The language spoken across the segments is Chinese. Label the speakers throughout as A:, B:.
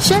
A: 生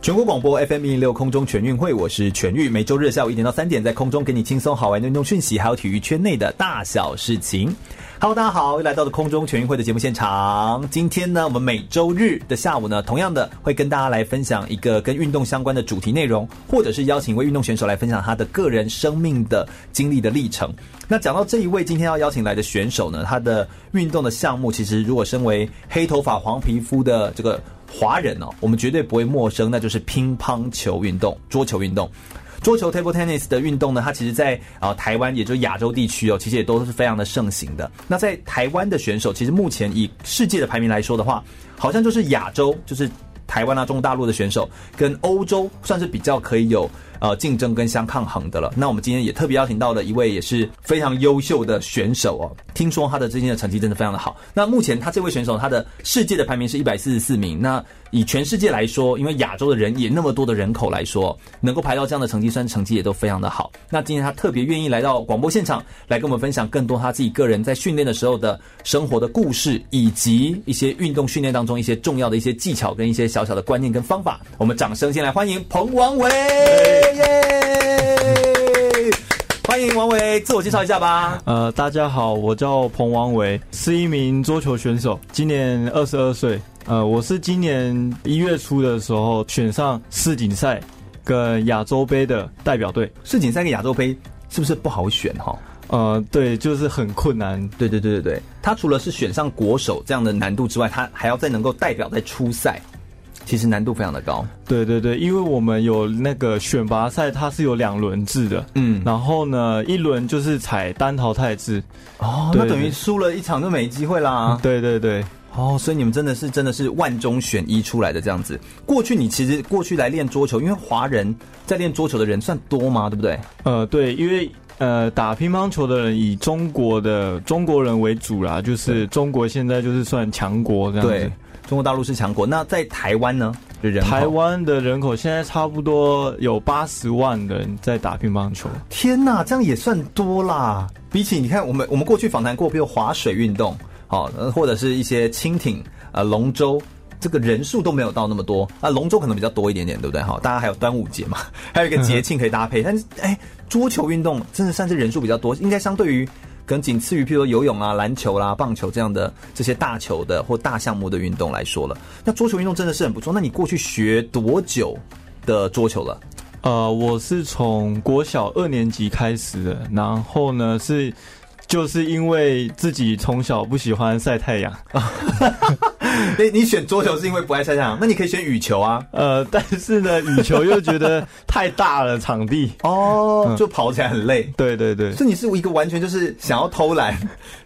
B: 全国广播 FM 一零六空中全运会，我是全玉，每周日下午一点到三点，在空中给你轻松好玩的运动讯息，还有体育圈内的大小事情。Hello，大家好，又来到了空中全运会的节目现场。今天呢，我们每周日的下午呢，同样的会跟大家来分享一个跟运动相关的主题内容，或者是邀请一位运动选手来分享他的个人生命的经历的历程。那讲到这一位今天要邀请来的选手呢，他的运动的项目，其实如果身为黑头发黄皮肤的这个华人哦，我们绝对不会陌生，那就是乒乓球运动、桌球运动。桌球 table tennis 的运动呢，它其实在，呃台湾，也就是亚洲地区哦，其实也都是非常的盛行的。那在台湾的选手，其实目前以世界的排名来说的话，好像就是亚洲，就是台湾啊、中国大陆的选手跟欧洲算是比较可以有呃竞争跟相抗衡的了。那我们今天也特别邀请到了一位也是非常优秀的选手哦，听说他的最近的成绩真的非常的好。那目前他这位选手他的世界的排名是一百四十四名，那以全世界来说，因为亚洲的人也那么多的人口来说，能够排到这样的成绩，算成绩也都非常的好。那今天他特别愿意来到广播现场，来跟我们分享更多他自己个人在训练的时候的生活的故事，以及一些运动训练当中一些重要的一些技巧跟一些小小的观念跟方法。我们掌声先来欢迎彭王维，耶！欢迎王维，自我介绍一下吧。
C: 呃，大家好，我叫彭王维，是一名桌球选手，今年二十二岁。呃，我是今年一月初的时候选上世锦赛跟亚洲杯的代表队。
B: 世锦赛跟亚洲杯是不是不好选哈、
C: 呃，对，就是很困难。
B: 对对对对对，他除了是选上国手这样的难度之外，他还要再能够代表在初赛，其实难度非常的高。
C: 对对对，因为我们有那个选拔赛，它是有两轮制的。
B: 嗯，
C: 然后呢，一轮就是采单淘汰制。
B: 哦，
C: 对
B: 那等于
C: 对嗯
B: 输了一场就没机会啦。
C: 对对对，
B: 哦，所以你们真的是真的是万中选一出来的这样子。过去你其实过去来练桌球，因为华人在练桌球的人算多吗？对不对？
C: 呃，对，因为呃，打乒乓球的人以中国的中国人为主啦，就是中国现在就是算强国这样子
B: 对。，中国大陆是强国。那在台湾呢？就人口
C: 台湾的人口现在差不多有八十万人在打乒乓球，
B: 天呐，这样也算多啦！比起你看，我们我们过去访谈过，比如划水运动，好、呃或者是一些蜻蜓、呃龙舟，这个人数都没有到那么多啊。龙舟可能比较多一点点，对不对？好、大家还有端午节嘛， 还有一个节庆可以搭配。但是，哎，桌球运动真的算是人数比较多，应该相对于可能仅次于譬如说游泳啊、篮球啦、棒球这样的这些大球的或大项目的运动来说了。那桌球运动真的是很不错。那你过去学多久的桌球了？
C: 呃，我是从国小二年级开始的，然后呢是就是因为自己从小不喜欢晒太阳，
B: 你你选桌球是因为不爱晒太阳，那你可以选羽球啊。
C: 呃，但是呢羽球又觉得太大了场地，
B: 哦，就跑起来很累。
C: 对对对，
B: 所以你是一个完全就是想要偷 懒，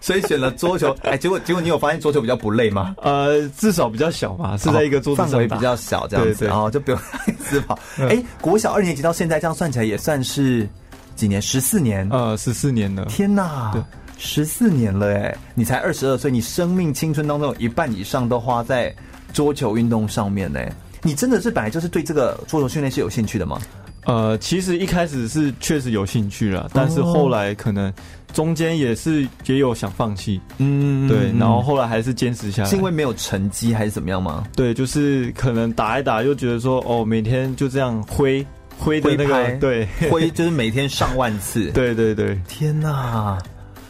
B: 所以选了桌球。哎，结果结果你有发现桌球比较不累吗？哦
C: 呃，至少比较小嘛，是在一个桌子
B: 范围
C: 上打
B: 比较小这样子，
C: 对对嗯
B: 然后就不用 一直跑。哎，国小二年级到现在这样算起来也算是几年？十四年。
C: 呃十四年了，
B: 天呐
C: 对，
B: 十四年了哎！你才二十二岁，你生命青春当中有一半以上都花在桌球运动上面呢。你真的是本来就是对这个桌球训练是有兴趣的吗？
C: 呃，其实一开始是确实有兴趣了，但
B: 哦
C: 是后来可能中间也是也有想放弃，
B: 嗯
C: 对，然后后来还是坚持下来，
B: 是因为没有成绩还是怎么样 吗？
C: 对，就是可能打一打又觉得说哦，每天就这样挥挥的那
B: 挥拍
C: 个，对
B: 挥就是每天上万次。，
C: 对对对，
B: 天哪，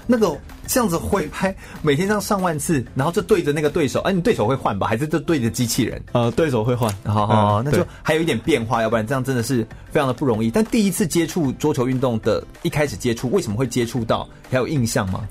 B: 那个这样子挥拍，每天这样上万次，然后就对着那个对手，哎、你对手会换吧？还是就对着机器人？
C: 呃，对手会换，
B: 好好好，
C: 嗯
B: 那就
C: 对
B: 还有一点变化，要不然这样真的是非常的不容易。但第一次接触桌球运动的，一开始接触为什么会接触到？还有印象吗？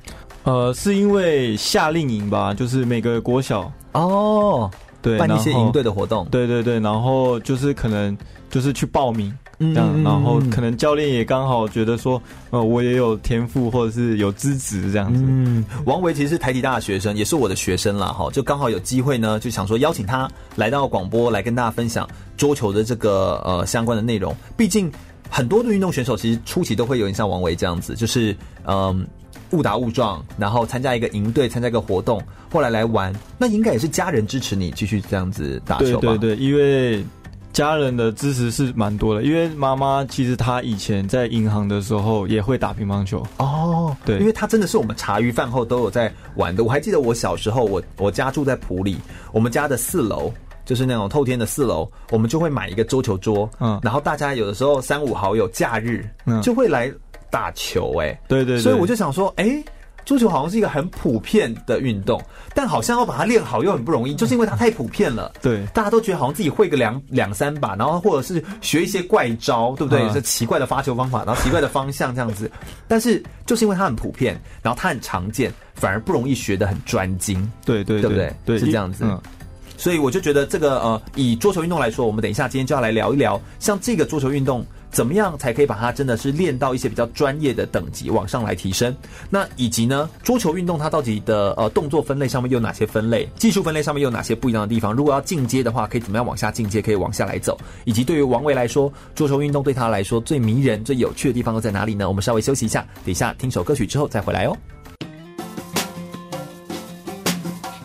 C: 呃，是因为夏令营吧，就是每个国小
B: 哦，
C: 对
B: 办一些
C: 然后
B: 营队的活动，
C: 对对对，然后就是可能就是去报名，
B: 嗯
C: 这样，然后
B: 嗯
C: 可能教练也刚好觉得说，呃，我也有天赋或者是有资质这样子，
B: 嗯，王维其实是台体大的学生，也是我的学生啦，哈，就刚好有机会呢，就想说邀请他来到广播来跟大家分享桌球的这个呃相关的内容。毕竟很多的运动选手其实初期都会有点像王维这样子，就是嗯。误打误撞，然后参加一个营队，参加一个活动，后来来玩，那应该也是家人支持你继续这样子打
C: 对
B: 球吧？
C: 对对，因为家人的支持是蛮多的，因为妈妈其实她以前在银行的时候也会打乒乓球，
B: 哦，
C: 对
B: 因为它真的是我们茶余饭后都有在玩的。我还记得我小时候，我我家住在埔里，我们家的四楼。就是那种透天的四楼，我们就会买一个桌球桌，
C: 嗯
B: 然后大家有的时候三五好友假日、
C: 嗯
B: 就会来打球、哎，
C: 对对对，
B: 所以我就想说，哎、桌球好像是一个很普遍的运动，但好像要把它练好又很不容易，就是因为它太普遍了。
C: 嗯对
B: 大家都觉得好像自己会个两两三把，然后或者是学一些怪招，对不对？
C: 嗯
B: 这、奇怪的发球方法，然后奇怪的方向这样子。但是就是因为它很普遍，然后它很常见，反而不容易学得很专精。
C: 对对
B: 对不对
C: 对
B: 是
C: 因
B: 这样子
C: 嗯
B: 所以我就觉得这个呃，以桌球运动来说，我们等一下今天就要来聊一聊，像这个桌球运动怎么样才可以把它真的是练到一些比较专业的等级往上来提升。那以及呢，桌球运动它到底的呃动作分类上面有哪些分类，技术分类上面有哪些不一样的地方？如果要进阶的话，可以怎么样往下进阶，可以往下来走？以及对于王维来说，桌球运动对他来说最迷人、最有趣的地方又在哪里呢？我们稍微休息一下，等一下听首歌曲之后再回来哦。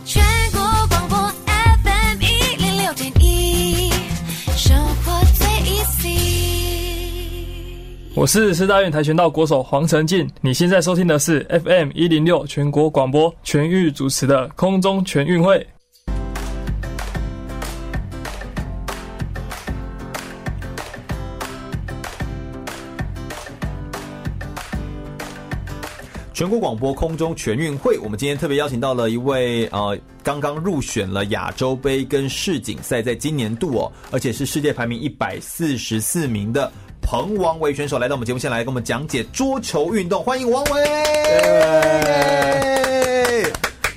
D: 全国广播 FM 一零六点一，生活最 easy。
E: 我是师大院跆拳道国手黄成进，你现在收听的是 FM 一零六全国广播全域主持的空中全运会。
B: 全国广播空中全运会，我们今天特别邀请到了一位呃，刚刚入选了亚洲杯跟世锦赛，在今年度哦，而且是世界排名一百四十四名的彭王维选手来到我们节目现来跟我们讲解桌球运动，欢迎王维！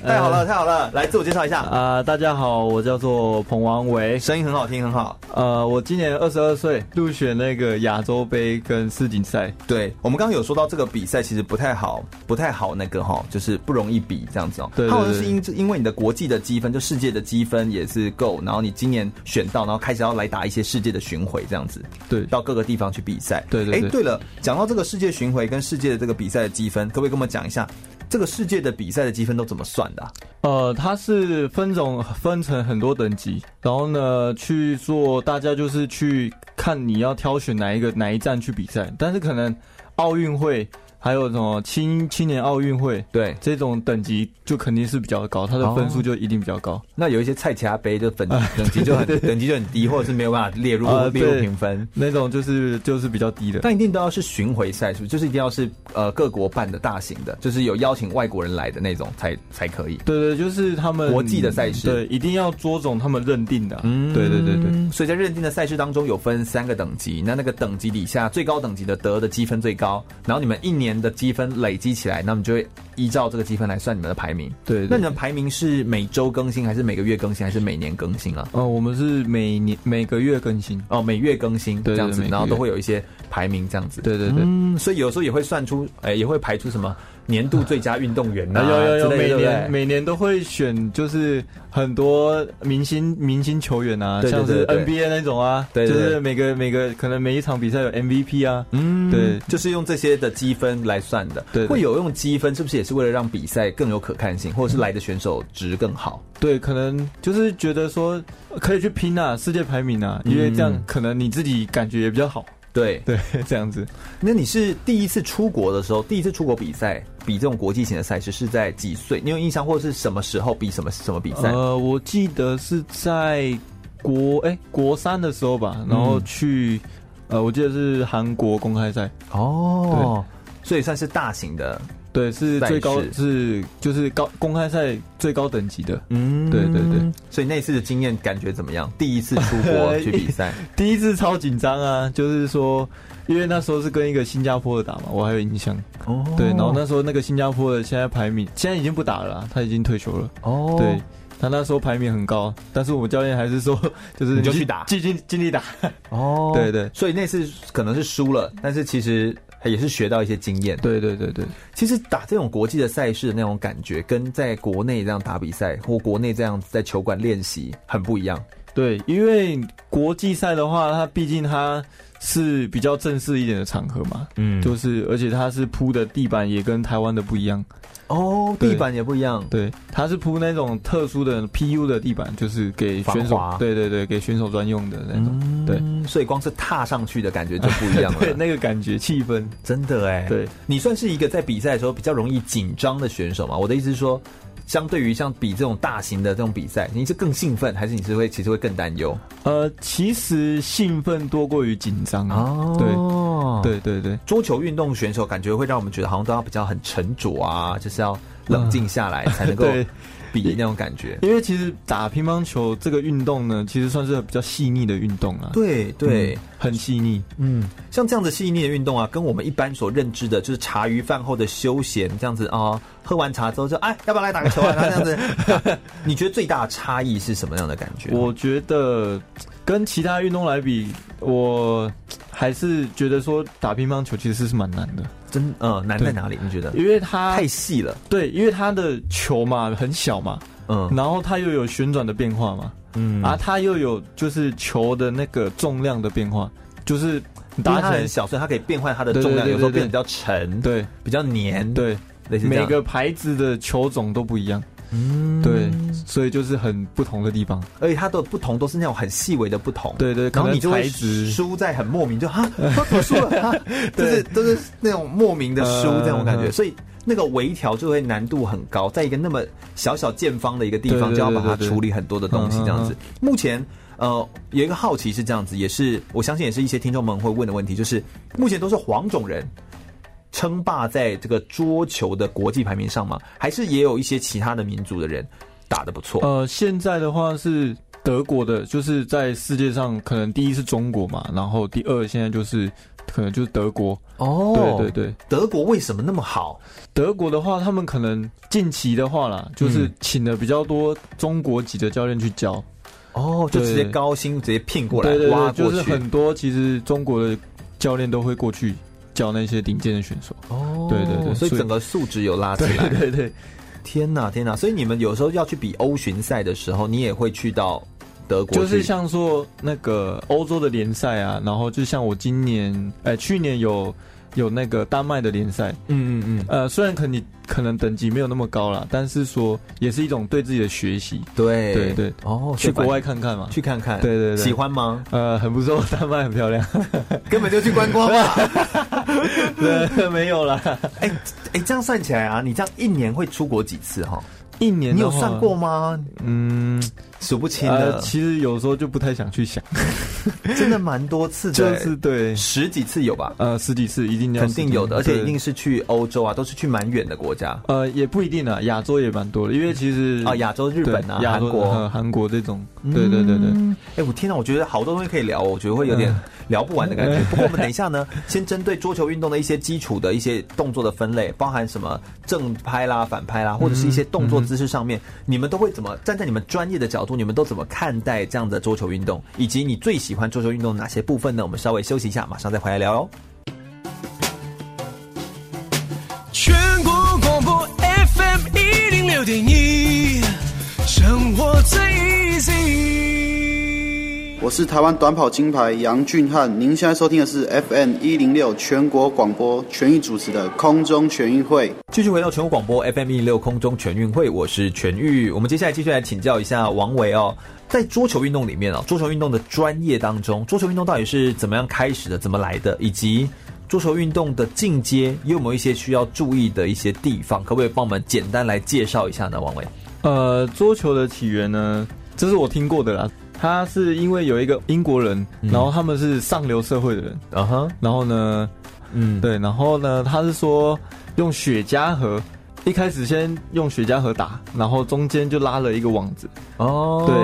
B: 太好了，太好了，来自我介绍一下，
C: 啊、大家好，我叫做彭王维，
B: 声音很好听，很好。
C: 呃，我今年二十二岁，入选那个亚洲杯跟世锦赛，
B: 对我们刚刚有说到这个比赛其实不太好，不太好那个哈，就是不容易比这样子哦。
C: 对对对
B: 它好像是因因为你的国际的积分，就世界的积分也是够，然后你今年选到，然后开始要来打一些世界的巡回这样子，
C: 对
B: 到各个地方去比赛。
C: 对对对
B: 哎，对了，讲到这个世界巡回跟世界的这个比赛的积分，可不可以跟我们讲一下这个世界的比赛的积分都怎么算的啊、
C: 呃，它是分种分成很多等级，然后呢去做，大家就是去看你要挑选哪一个哪一站去比赛，但是可能奥运会还有什么青青年奥运会
B: 对，
C: 这种等级就肯定是比较高，它的分数
B: 哦
C: 就一定比较高。
B: 那有一些菜其他杯就等等级就很等级就很低，或者是没有办法列入
C: 啊
B: 列入
C: 对
B: 评分。
C: 那种就是就是比较低的，
B: 但一定都要是巡回赛，是不是？就是一定要是呃各国办的大型的，就是有邀请外国人来的那种才才可以。
C: 对对，就是他们
B: 国际的赛事
C: 对，一定要捉总他们认定的啊、
B: 嗯
C: 对对对对。
B: 所以在认定的赛事当中有分三个等级，那那个等级底下最高等级的得的积分最高，然后你们一年的积分累积起来，那么就会依照这个积分来算你们的排名。
C: 对对
B: 那你们排名是每周更新，还是每个月更新，还是每年更新啊？
C: 呃，我们是每年每个月更新，
B: 哦，每月更新
C: 对
B: 这
C: 对
B: 样子，
C: 每个
B: 然后都
C: 月
B: 会有一些排名这样子。
C: 对对对
B: 嗯，所以有时候也会算出，哎、也会排出什么年度最佳运动员呐、
C: 啊， 有有有，
B: 之类
C: 每
B: 的对不
C: 年
B: 对
C: 每年都会选，就是很多明星明星球员啊，
B: 对对
C: 像
B: 对
C: 是
B: 对
C: NBA 那种啊，
B: 对对对
C: 就是每个每个可能每一场比赛有 MVP 啊，
B: 嗯，
C: 对
B: 就是用这些的积分来算的。
C: 对对
B: 会有用积分，是不是也是为了让比赛更有可看性，或者是来的选手值更好？
C: 对，可能就是觉得说可以去拼啊，世界排名啊，因为这样
B: 嗯
C: 可能你自己感觉也比较好，
B: 对，
C: 对， 这样子。
B: 那你是第一次出国的时候，第一次出国比赛，比这种国际型的赛事是在几岁？你有印象，或者是什么时候比什么什么比 赛？
C: 呃，我记得是在国哎、国三的时候吧，然后
B: 嗯
C: 去、呃，我记得是韩国公开赛，
B: 哦，所以算是大型的，
C: 对，是
B: 赛
C: 最高
B: 事
C: 是就是高公开赛最高等级的。
B: 嗯
C: 对对对。
B: 所以那次的经验感觉怎么样？第一次出国去比 赛，
C: 第一次超紧张啊，就是说，因为那时候是跟一个新加坡的打嘛，我还有印象。
B: 哦
C: 对，然后那时候那个新加坡的现在排名现在已经不打了啊、他已经退休了。
B: 哦，
C: 对，他那时候排名很高，但是我们教练还是说， 就是
B: 你就去打
C: 尽尽尽力打。
B: 哦
C: 对对
B: 所以那次可能是输了，但是其实也是学到一些经验。
C: 对对对对，
B: 其实打这种国际的赛事的那种感觉，跟在国内这样打比赛或国内这样子在球馆练习很不一样。
C: 对，因为国际赛的话，它毕竟它是比较正式一点的场合嘛，
B: 嗯
C: 就是而且它是铺的地板也跟台湾的不一样，
B: 哦，
C: 对
B: 地板也不一样。
C: 对，它是铺那种特殊的 PU 的地板，就是给选
B: 防滑
C: 手，对对对，给选手专用的那种，对
B: 嗯，所以光是踏上去的感觉就不一样 了。
C: 对，那个感觉气氛，
B: 真的哎、
C: 对，
B: 你算是一个在比赛的时候比较容易紧张的选手嘛？我的意思是说，相对于像比这种大型的这种比赛，你是更兴奋，还是你是会其实会更担忧？
C: 呃，其实兴奋多过于紧张
B: 哦
C: 啊，对。
B: 对。
C: 对对对，
B: 桌球运动选手感觉会让我们觉得好像都要比较很沉着啊，就是要冷静下来才 能够
C: 对
B: 比那种感觉。
C: 因为其实打乒乓球这个运动呢，其实算是比较细腻的运动啊。
B: 对对
C: 嗯，很细腻。
B: 嗯，像这样子细腻的运动啊，跟我们一般所认知的，就是茶余饭后的休闲这样子啊、喝完茶之后就哎，要不要来打个球啊？然后这样子， 啊你觉得最大的差异是什么样的感觉？
C: 我觉得跟其他运动来比，我还是觉得说打乒乓球其实是蛮难的，
B: 真呃难在哪里？你觉得
C: 因为它
B: 太细了？
C: 对，因为它的球嘛很小嘛，
B: 嗯
C: 然后它又有旋转的变化嘛，
B: 嗯
C: 啊，，它又有就是球的那个重量的变化，就是
B: 打它
C: 打起
B: 很
C: 来。
B: 小，所以它可以变换它的
C: 对对
B: 重量，
C: 对
B: 有时候
C: 对对
B: 变得比较沉，，
C: 对
B: 比较黏，，
C: 对，
B: 类似这
C: 每
B: 样
C: 个牌子的球种都不一样，
B: 嗯
C: 对，所以就是很不同的地方。
B: 而且它的不同都是那种很细微的不同，
C: 对对，可
B: 然后
C: 能
B: 你就会
C: 材质
B: 输在很莫名，就 哈，我赌输了，哈就是都是那种莫名的输
C: 呃
B: 这种感觉，
C: 嗯
B: 所以那个微调就会难度很高，在一个那么小小见方的一个地方，
C: 对对对
B: 就要把它
C: 对对对
B: 处理很多的东西这样子
C: 嗯。
B: 目前。呃，有一个好奇是这样子，也是我相信也是一些听众们会问的问题，就是目前都是黄种人称霸在这个桌球的国际排名上吗？还是也有一些其他的民族的人打得不错？
C: 呃，现在的话是德国的，就是在世界上可能第一是中国嘛，然后第二现在就是可能就是德国。
B: 哦
C: 对对，对，
B: 德国为什么那么好？
C: 德国的话，他们可能近期的话啦，就是
B: 嗯
C: 请的比较多中国籍的教练去教，
B: 哦，就直接
C: 对
B: 高薪直接聘过来
C: 对对
B: 挖
C: 对，
B: 过
C: 就是
B: 去，
C: 很多其实中国的教练都会过去教那些顶尖的选手。
B: 哦
C: 对对对
B: 所以
C: 所以
B: 整个素质有拉起
C: 对
B: 来。
C: 对对，
B: 天哪，天哪！所以你们有时候要去比欧巡赛的时候，你也会去到德国去，
C: 就是像说那个欧洲的联赛啊，然后就像我今年，呃，去年有有那个丹麦的联赛，
B: 嗯嗯嗯，
C: 呃，虽然可你可能等级没有那么高啦，但是说也是一种对自己的学习，
B: 对
C: 对对，
B: 哦，
C: 去国
B: 所以
C: 外看看嘛
B: 反。去看看，
C: 对对对
B: 喜欢吗？
C: 呃，很不错，丹麦很漂 亮。
B: 根本就去观光 嘛。
C: 对， 没有啦，
B: 哎哎，这样算起来啊，你这样一年会出国几次哈？
C: 一年
B: 你
C: 的
B: 有
C: 话
B: 算过？吗？
C: 啊嗯，
B: 数不清
C: 呃，
B: 的，
C: 其实有时候就不太想去想，
B: 真的蛮多次的，
C: 就是对，
B: 十几次有吧，
C: 呃，十几次一定要
B: 肯定有的，而且一定
C: 是。
B: 是去欧洲啊，都是去蛮远的国家。
C: 呃，也不一定啊，亚洲也蛮多的，因为其实
B: 啊，亚洲、日
C: 对
B: 本啊，
C: 亚
B: 韩
C: 洲
B: 国，
C: 呃韩国这种，对对对对，嗯
B: 哎、我天哪，我觉得好多东西可以聊哦，我觉得会有点 聊不完的感觉。不过我们等一下 呢，先针对桌球运动的一些基础的一些动作的分类，包含什么正拍啦、反拍啦，或者是一些动作姿势上面，你们都会怎么站在你们专业的角度，你们都怎么看待这样的桌球运动，以及你最喜欢桌球运动哪些部分呢？我们稍微休息一下，马上再回来聊哦。
F: 全国广播 FM 一零六点一，生活最 easy。
G: 我是台湾短跑金牌杨俊翰，您现在收听的是 FN 一零六全国广播全域主持的空中全运会。
B: 继续回到全国广播 FM 一六空中全运会，我是全玉。我们接下来继续来请教一下王维哦，在桌球运动里面哦，桌球运动的专业当中，桌球运动到底是怎么样开始的，怎么来的，以及桌球运动的进阶有没有一些需要注意的一些地方？可不可以帮我们简单来介绍一下呢？王维，
C: 呃，桌球的起源呢，这是我听过的啦。他是因为有一个英国人，然后他们是上流社会的人，
B: 嗯哼，
C: 然后呢，
B: 嗯，
C: 对，然后呢，他是说用雪茄盒，一开始先用雪茄盒打，然后中间就拉了一个网子，
B: 哦，
C: 对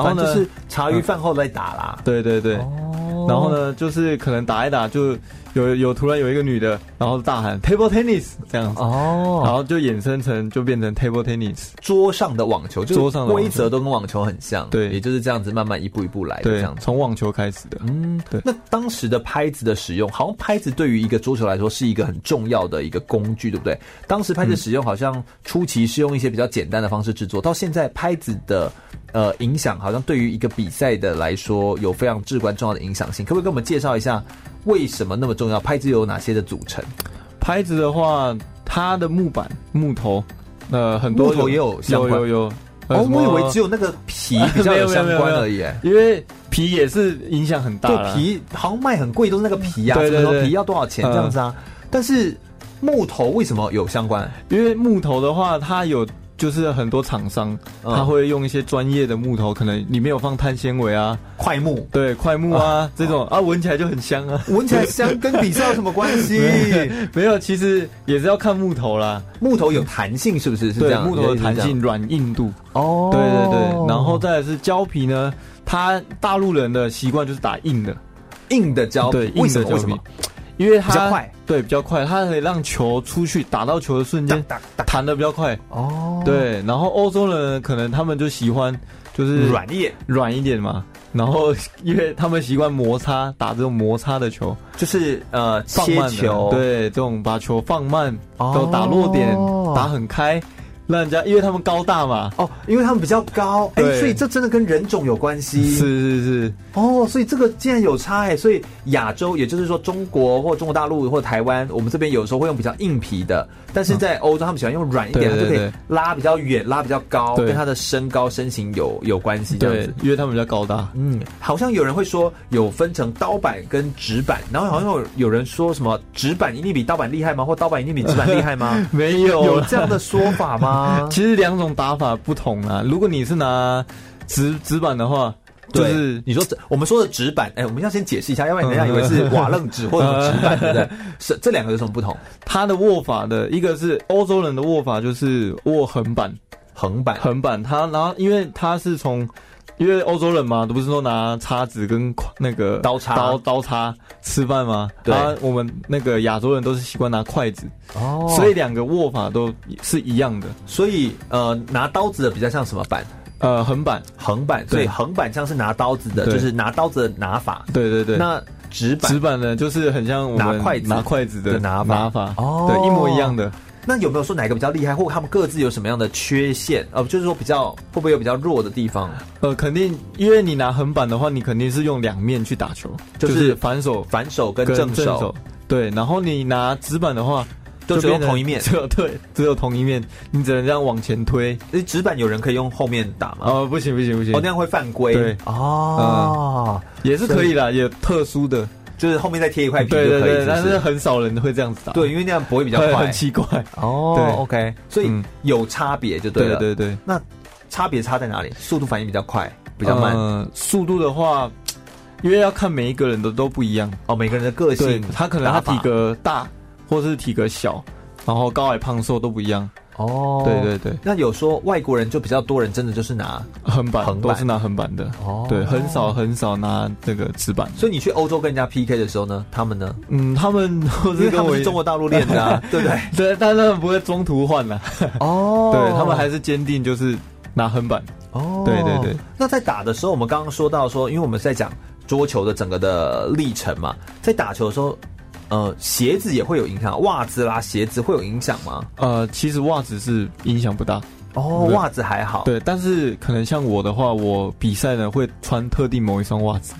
C: 然后呢嗯
B: 就是茶余饭后来打啦，
C: 对对对，
B: 哦
C: 然后呢，就是可能打一打就有有有突然有一个女的，然后大喊 table tennis 这样子，然
B: 哦，
C: 后就衍生成就变成 table tennis。
B: 桌上的网球，就是
C: 桌上的网球
B: 规则都跟网球很像，
C: 对
B: 也就是这样子慢慢一步一步来的哎这
C: 对
B: 样，子。
C: 从网球开始的。
B: 嗯，
C: 对
B: 那当时的拍子的使用，好像拍子对于一个桌球来说是一个很重要的一个工具，对不对？当时拍子使用好像初期是用一些比较简单的方式制作，到现在拍子的呃影响，好像对于一个比赛的来说有非常至关重要的影响性。可不可以跟我们介绍一下为什么那么重要？拍子有哪些的组成？
C: 拍子的话，它的木板、木头，呃，很多
B: 木头也有相
C: 有
B: 关
C: 有有。呃
B: 哦，
C: 什么
B: 我以为只有那个皮比较
C: 没
B: 有
C: 有没有
B: 相
C: 没有
B: 关
C: 没有
B: 而已。哎
C: 因为皮也是影响很大
B: 对
C: 啦，
B: 哦皮好像卖很贵，都是那个皮呀、啊，
C: 对对嗯
B: 什么
C: 对
B: 皮要多少钱这样子啊？但是木头为什么有相关？
C: 因为木头的话，它有就是很多厂商，
B: 嗯
C: 他会用一些专业的木头，可能里面有放碳纤维啊，
B: 块木
C: 对，块木
B: 哦
C: 啊这种啊，闻起来就很香 啊。
B: 闻起来香，跟比赛有什么关系？
C: 没有，其实也是要看木头啦，
B: 木头有弹性是不是？是这
C: 对，
B: 样，
C: 木头
B: 你
C: 的
B: 的意
C: 弹
B: 思是这样
C: 性、软硬度，
B: 哦，
C: 对对对。然后再来是胶皮呢，它大陆人的习惯就是打硬的，
B: 硬的胶
C: 对，
B: 哦为
C: 硬
B: 什么？
C: 的胶
B: 为什
C: 皮
B: 么？，
C: 因为它
B: 比较快，
C: 对，比较快，它可以让球出去打到球的瞬间
B: 哒哒哒
C: 弹的比较快，
B: 哦，，
C: 对。然后欧洲人可能他们就喜欢就是
B: 软液
C: 软一点嘛，然后因为他们习惯摩擦打这种摩擦的球，
B: 就是呃
C: 放
B: 切
C: 慢的
B: 球，
C: 对，这种把球放慢，
B: 哦
C: 都打落点，打很开，让人家因为他们高大嘛，
B: 哦，因为他们比较高，哎，
C: 对
B: 所以这真的跟人种有关系。
C: 是是是，
B: 哦，所以这个竟然有差哎，所以亚洲，也就是说中国或中国大陆或台湾，我们这边有时候会用比较硬皮的，但是在欧洲他们喜欢用软一点，的，
C: 嗯对
B: 就可
C: 对
B: 以拉比较远、拉比较高，
C: 对
B: 跟他的身高身形有有关系这样
C: 对
B: 子。，
C: 因为他们比较高大，
B: 嗯，好像有人会说有分成刀板跟纸板，然后好像有有人说什么纸板一定比刀板厉害吗？或刀板一定比纸板厉害 吗？
C: 没有
B: 有
C: 啦
B: 这样的说法 吗？
C: 其实两种打法不同啊。如果你是拿纸纸板的话，就
B: 对
C: 是
B: 你说纸我们说的纸板，哎、我们要先解释一下，要不然人家以为是瓦楞纸或者什么纸 板，对不对？是这两个有什么不同？
C: 他的握法的一个是欧洲人的握法，就是握横板，
B: 横板，
C: 横板他然后因为他是从。因为欧洲人嘛，都不是说拿叉子跟筷那个
B: 刀叉
C: 刀刀叉吃饭吗？
B: 对
C: 啊，我们那个亚洲人都是习惯拿筷子，
B: 哦
C: 所
B: 所
C: 以
B: 以
C: 两个握法都是一样的。
B: 所以呃，拿刀子的比较像什么板？
C: 呃，横板，
B: 横板，
C: 对
B: 所以横板像是拿刀子的，
C: 对
B: 就是拿刀子的拿法。
C: 对对对。
B: 那直板
C: 纸，板呢，就是很像我们
B: 拿筷子
C: 拿筷子
B: 的
C: 的
B: 拿法
C: 拿法，
B: 哦
C: 对，一模一样的。
B: 那有没有说哪个比较厉害，或他们各自有什么样的缺陷？呃，就是说比较会不会有比较弱的地方？
C: 呃，肯定，因为你拿横板的话，你肯定是用两面去打球，
B: 就是
C: 反手
B: 反手跟
C: 跟
B: 正手，
C: 对，然后你拿纸板的话，
B: 都只
C: 就
B: 用
C: 变成
B: 同一面。
C: 只有对，只有同一面，你只能这样往前推。
B: 诶直板有人可以用后面打吗？
C: 哦，不行不行不行，
B: 哦，那样会犯规。
C: 对嗯
B: 哦，
C: 也是可以啦，也有特殊的，
B: 就是后面再贴一块皮就可
C: 对
B: 以，
C: 对对，
B: 不
C: 但是很少人会这样子打，
B: 对，因为那样不会比较
C: 会
B: 快
C: 很。奇怪，
B: 哦
C: 对
B: ，OK，所以
C: 嗯
B: 有差别就对
C: 对
B: 了。
C: 对对，
B: 那差别差在哪里？速度反应比较快，比较慢。
C: 呃速度的话，因为要看每一个人的都不一样，
B: 哦，每个人的个
C: 对
B: 性，
C: 他可能他
B: 打法
C: 体格大，或是体格小，然后高矮胖瘦都不一样，
B: 哦，
C: 对对对。
B: 那有说外国人就比较多人，真的就是拿，
C: 横板
B: 横板
C: 都是拿横板的，
B: 哦
C: 对，很少很少拿这个纸板。
B: 所以你去欧洲跟人家 PK 的时候呢，他们呢，
C: 嗯，他 们都
B: 因
C: 是
B: 为他
C: 跟
B: 们
C: 我
B: 是中国大陆练的、 啊，对不对？
C: 对，但他们不会中途换啦，
B: 哦
C: 对他们还是坚定就是拿横板。
B: 哦，
C: 对对对。
B: 那在打的时候，我们刚刚说到说，因为我们在讲桌球的整个的历程嘛，在打球的时候，呃，鞋子也会有影响，袜子啦、鞋子会有影响吗？
C: 呃，其实袜子是影响不大，
B: 哦，
C: 对
B: 袜子还好。
C: 对，但是可能像我的话，我比赛呢会穿特定某一双袜子，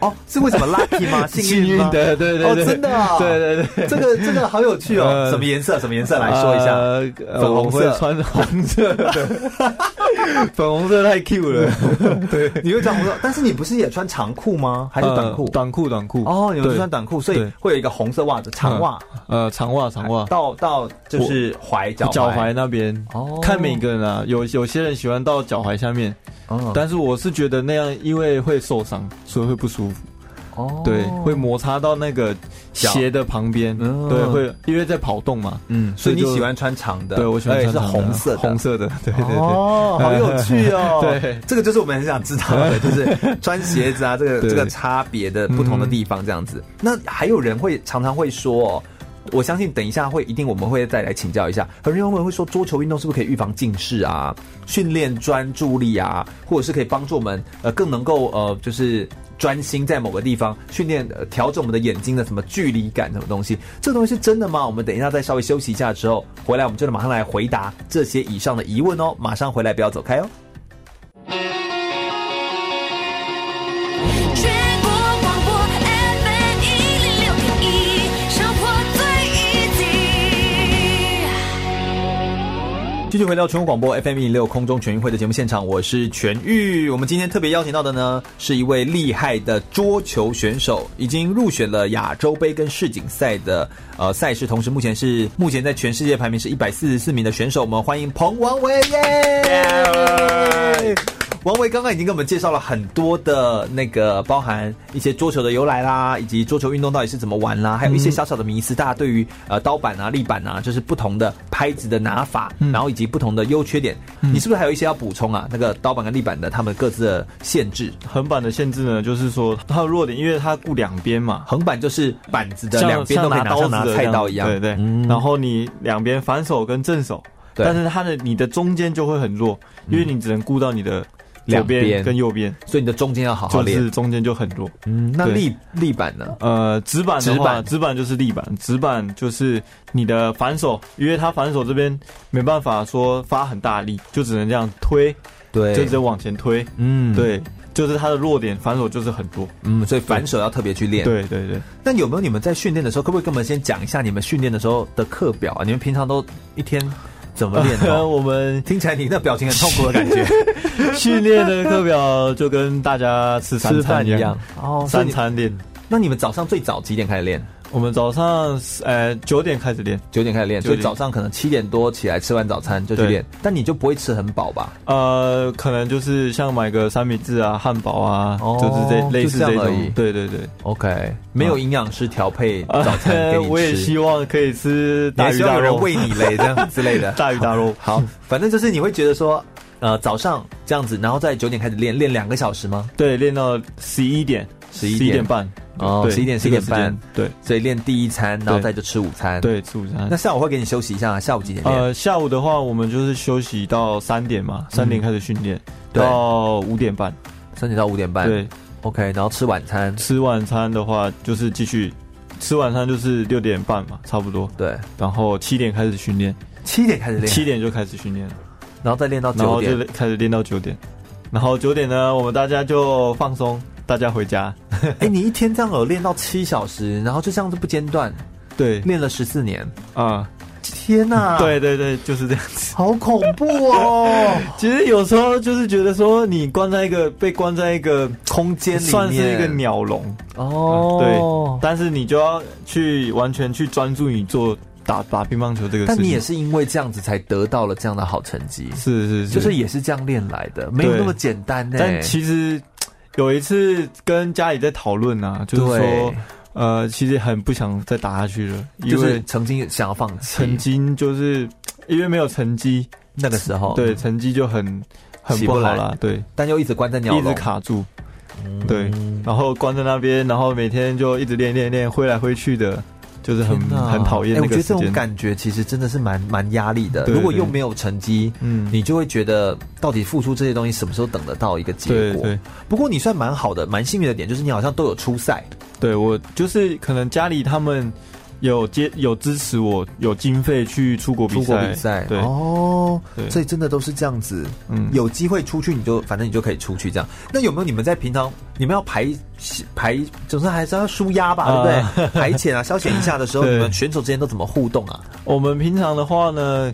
B: 哦，是为什么 lucky 吗？幸运吗？
C: 的，对对
B: 哦
C: 对，
B: 真的啊
C: 对对对。
B: 这个这个好有趣哦。
C: 呃
B: 什么颜色？什么颜色？来说一下。
C: 呃，呃
B: 粉红
C: 我
B: 色
C: 会穿红色 的，粉红色太 Q 了，对，
B: 你会穿红色，但是你不是也穿长裤吗？还是短裤
C: 呃？短裤，短裤。
B: 哦，你们是
C: 对
B: 穿短裤，所以
C: 对
B: 会有一个红色袜子，长袜，
C: 呃，长袜，长袜，
B: 到到就是踝脚
C: 脚
B: 踝
C: 踝，那边。
B: 哦
C: 看每个人啊，有有些人喜欢到脚踝下面，
B: 嗯
C: 但是我是觉得那样因为会受伤，所以会不舒服。
B: 哦
C: 对，会摩擦到那个
B: 小
C: 鞋的旁边，
B: 嗯
C: 对，会因为在跑动嘛，
B: 嗯，所以你
C: 所以就
B: 喜欢穿长的，
C: 对我喜欢
B: 而且
C: 穿
B: 是
C: 长的
B: 红色的，
C: 红色的，对对对，
B: 哦，好有趣哦！
C: 对，
B: 这个就是我们很想知道的， 就是穿鞋子啊，这个
C: 对
B: 这个差别的不同的地方这样子。那还有人会常常会说、哦。我相信等一下会一定我们会再来请教一下，很多人会说桌球运动是不是可以预防近视啊，训练专注力啊，或者是可以帮助我们呃更能够呃就是专心在某个地方训练呃调整我们的眼睛的什么距离感什么东西，这东西是真的吗？我们等一下再稍微休息一下之后回来，我们就马上来回答这些以上的疑问哦，马上回来不要走开哦。
D: 全国广播 FM 一零六点一，生活最 easy。
B: 继续回到全国广播 FM 一六空中全运会的节目现场，我是全玉。我们今天特别邀请到的呢，是一位厉害的桌球选手，已经入选了亚洲杯跟世锦赛的呃赛事，同时目前是目前在全世界排名是一百四十四名的选手。我们欢迎彭王维耶！王维刚刚已经给我们介绍了很多的那个包含一些桌球的由来啦，以及桌球运动到底是怎么玩啦，还有一些小小的迷思，大家对于呃刀板啊、立板啊，就是不同的拍子的拿法，
C: 嗯
B: 然后以及不同的优缺点，你是不是还有一些要补充啊？那个刀板跟立板的他们各自的限制，
C: 横板的限制呢，就是说它的弱点，因为它顾两边嘛，
B: 横板就是板子的
C: 像
B: 两边都可以
C: 像
B: 拿，像
C: 刀
B: 拿
C: 子的
B: 菜
C: 这
B: 刀一样，
C: 对对。
B: 嗯
C: 然后你两边反手跟正手，
B: 对
C: 但是它的你的中间就会很弱，因为你只能顾到你的左
B: 两边
C: 边跟右边，
B: 所以你的中间要好好
C: 就
B: 练。
C: 是中间就很弱。
B: 嗯，那
C: 对
B: 立立板呢？
C: 呃，直板的
B: 直
C: 话，
B: 板
C: 直板就是立板，直板就是你的反手，因为它反手这边没办法说发很大力，就只能这样推，
B: 对
C: 就只能往前推。
B: 嗯，，
C: 对，就是它的弱点，反手就是很弱。
B: 嗯，所以反手要特别去练。
C: 对对对，
B: 那有没有你们在训练的时候，可不可以跟我们先讲一下你们训练的时候的课表啊？你们平常都一天怎么练的？
C: 我们
B: 听起来你那表情很痛苦的感觉，
C: 训练的课表就跟大家吃三
B: 吃饭
C: 餐
B: 一
C: 一
B: 样
C: 样，
B: 哦。所以
C: 三
B: 你
C: 餐练。
B: 那你们早上最早几点开始练？
C: 我们早上呃九点开始练，
B: 九点开始练，
C: 九
B: 所
C: 点
B: 以早上可能七点多起来吃完早餐就去
C: 对
B: 练，但你就不会吃很饱吧？
C: 呃，可能就是像买个三明治啊、汉堡啊，
B: 哦
C: 就是这类似
B: 就这
C: 这
B: 样而已
C: 种。对对对，
B: OK，没有营养师调配早餐 给你吃，
C: 我也希望可以吃
B: 你
C: 大
B: 还
C: 鱼
B: 希望
C: 大
B: 有人
C: 肉，
B: 喂你嘞，这样之类 的。
C: 大鱼大肉。
B: 好，反正就是你会觉得说，呃，早上这样子，然后在九点开始练，练两个小时吗？
C: 对，练到十一点，
B: 11
C: 一
B: 点
C: 点半，
B: 哦
C: 对
B: 11点
C: 这个时间
B: 11点半
C: 对
B: 所以练第一餐，然后
C: 对
B: 再就吃午餐。，
C: 对，吃午餐
B: 那。下午会给你休息一下，下午几点练？
C: 呃，下午的话，我们就是休息到三点嘛，三点开始训练，
B: 嗯对哎
C: 到五点半。
B: 三点到五点半。
C: 对，
B: ，OK，然后吃晚餐。
C: 吃晚餐的话，就是继续吃晚餐，就是六点半嘛，差不多。
B: 对，
C: 然后七点开始训练，
B: 七点开始练，啊
C: 七点就开始训练了，
B: 然后再练到
C: 然
B: 九
C: 后就
B: 点。
C: 开始练到九点。然后九点呢，我们大家就放松，大家回家。
B: 哎，你一天这样有练到七小时，然后就这样子不间断
C: 对，
B: 练了十四年，
C: 啊、
B: 天哪！，
C: 对对对，就是这样子。
B: 好恐怖 哦，
C: 其实有时候就是觉得说，你关在一个被关在一个
B: 空间里面
C: 算是一个鸟笼，
B: 哦。
C: 啊对，但是你就要去完全去专注你做打打乒乓球这个事情。
B: 但你也是因为这样子才得到了这样的好成绩，
C: 是是是，
B: 就是也是这样练来的，没有
C: 对
B: 那么简单呢。
C: 但其实有一次跟家里在讨论啊，就是说
B: 对，
C: 呃，其实很不想再打下去了，因
B: 就是
C: 为
B: 曾经想要放弃，
C: 曾经就是因为没有成绩，
B: 那个时候，
C: 对，成绩就很很
B: 起
C: 不
B: 不
C: 好
B: 来嗯
C: 啦，对，
B: 但又一直关在鸟
C: 一直
B: 笼，
C: 卡住。对，然后关在那边，然后每天就一直练练练，挥来挥去的，就是很
B: 天哪
C: 很讨厌
B: 哎
C: 那
B: 我觉
C: 个
B: 得这
C: 时
B: 种
C: 间。
B: 感觉其实真的是蛮蛮压力的。
C: 对
B: 如果
C: 对
B: 又没有成绩，
C: 嗯
B: 你就会觉得到底付出这些东西什么时候等得到一个结
C: 对
B: 果？
C: 对
B: 不过你算蛮好的，蛮幸运的点就是你好像都有出赛，
C: 对，我就是可能家里他们有接有支持我，有经费去出国
B: 出
C: 比
B: 国
C: 赛，
B: 比赛
C: 对，
B: 哦，
C: 对
B: 所以真的都是这样子。
C: 嗯
B: 有机会出去你就反正你就可以出去这样。那有没有你们在平常你们要排排，总之还是要舒压吧，对不对？排遣 啊，消遣一下的时候，
C: 对
B: 你们选手之间都怎么互动啊？
C: 我们平常的话呢，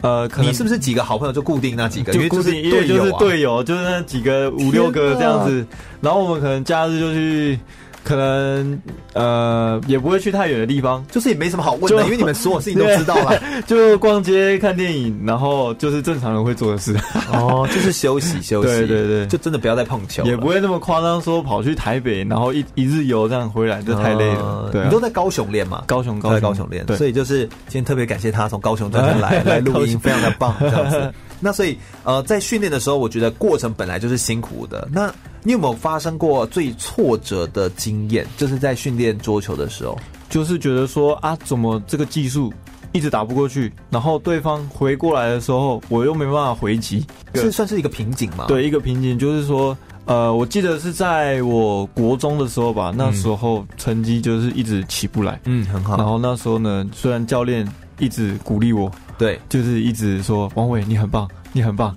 C: 呃，可能
B: 你是不是几个好朋友就固定那几个？因
C: 就
B: 为
C: 固
B: 是
C: 定，因为
B: 队
C: 就
B: 友
C: 是
B: 啊。
C: 队友，就是那几个五六个这样子。然后我们可能假日就去可能呃也不会去太远的地方，
B: 就是也没什么好问
C: 就
B: 的，因为你们所有事情都知道了。
C: 就逛街、看电影，然后就是正常人会做的事，
B: 哦，就是休息休息，
C: 对对对
B: 就真的不要再碰球了，
C: 也不会那么夸张，说跑去台北，然后一一日游这样回来，这太累了。
B: 嗯
C: 对啊，
B: 你都在高雄练嘛？
C: 高雄，
B: 都
C: 高
B: 在
C: 雄，
B: 高雄练，
C: 对
B: 所以就是今天特别感谢他从高雄专程 来来录
C: 高
B: 音，
C: 雄
B: 非常的棒这样 子。那所以呃，在训练的时候，我觉得过程本来就是辛苦的。那你有没有发生过最挫折的经验？就是在训练桌球的时候，
C: 就是觉得说啊，怎么这个技术一直打不过去，然后对方回过来的时候，我又没办法回击，
B: 是算是一个瓶颈嘛？，
C: 对，一个瓶颈就是说，呃，我记得是在我国中的时候吧，那时候成绩就是一直起不来，
B: 嗯，很
C: 然
B: 好，
C: 后那时候呢，虽然教练一直鼓励我，
B: 对，
C: 就是一直说王伟你很棒，你 很棒，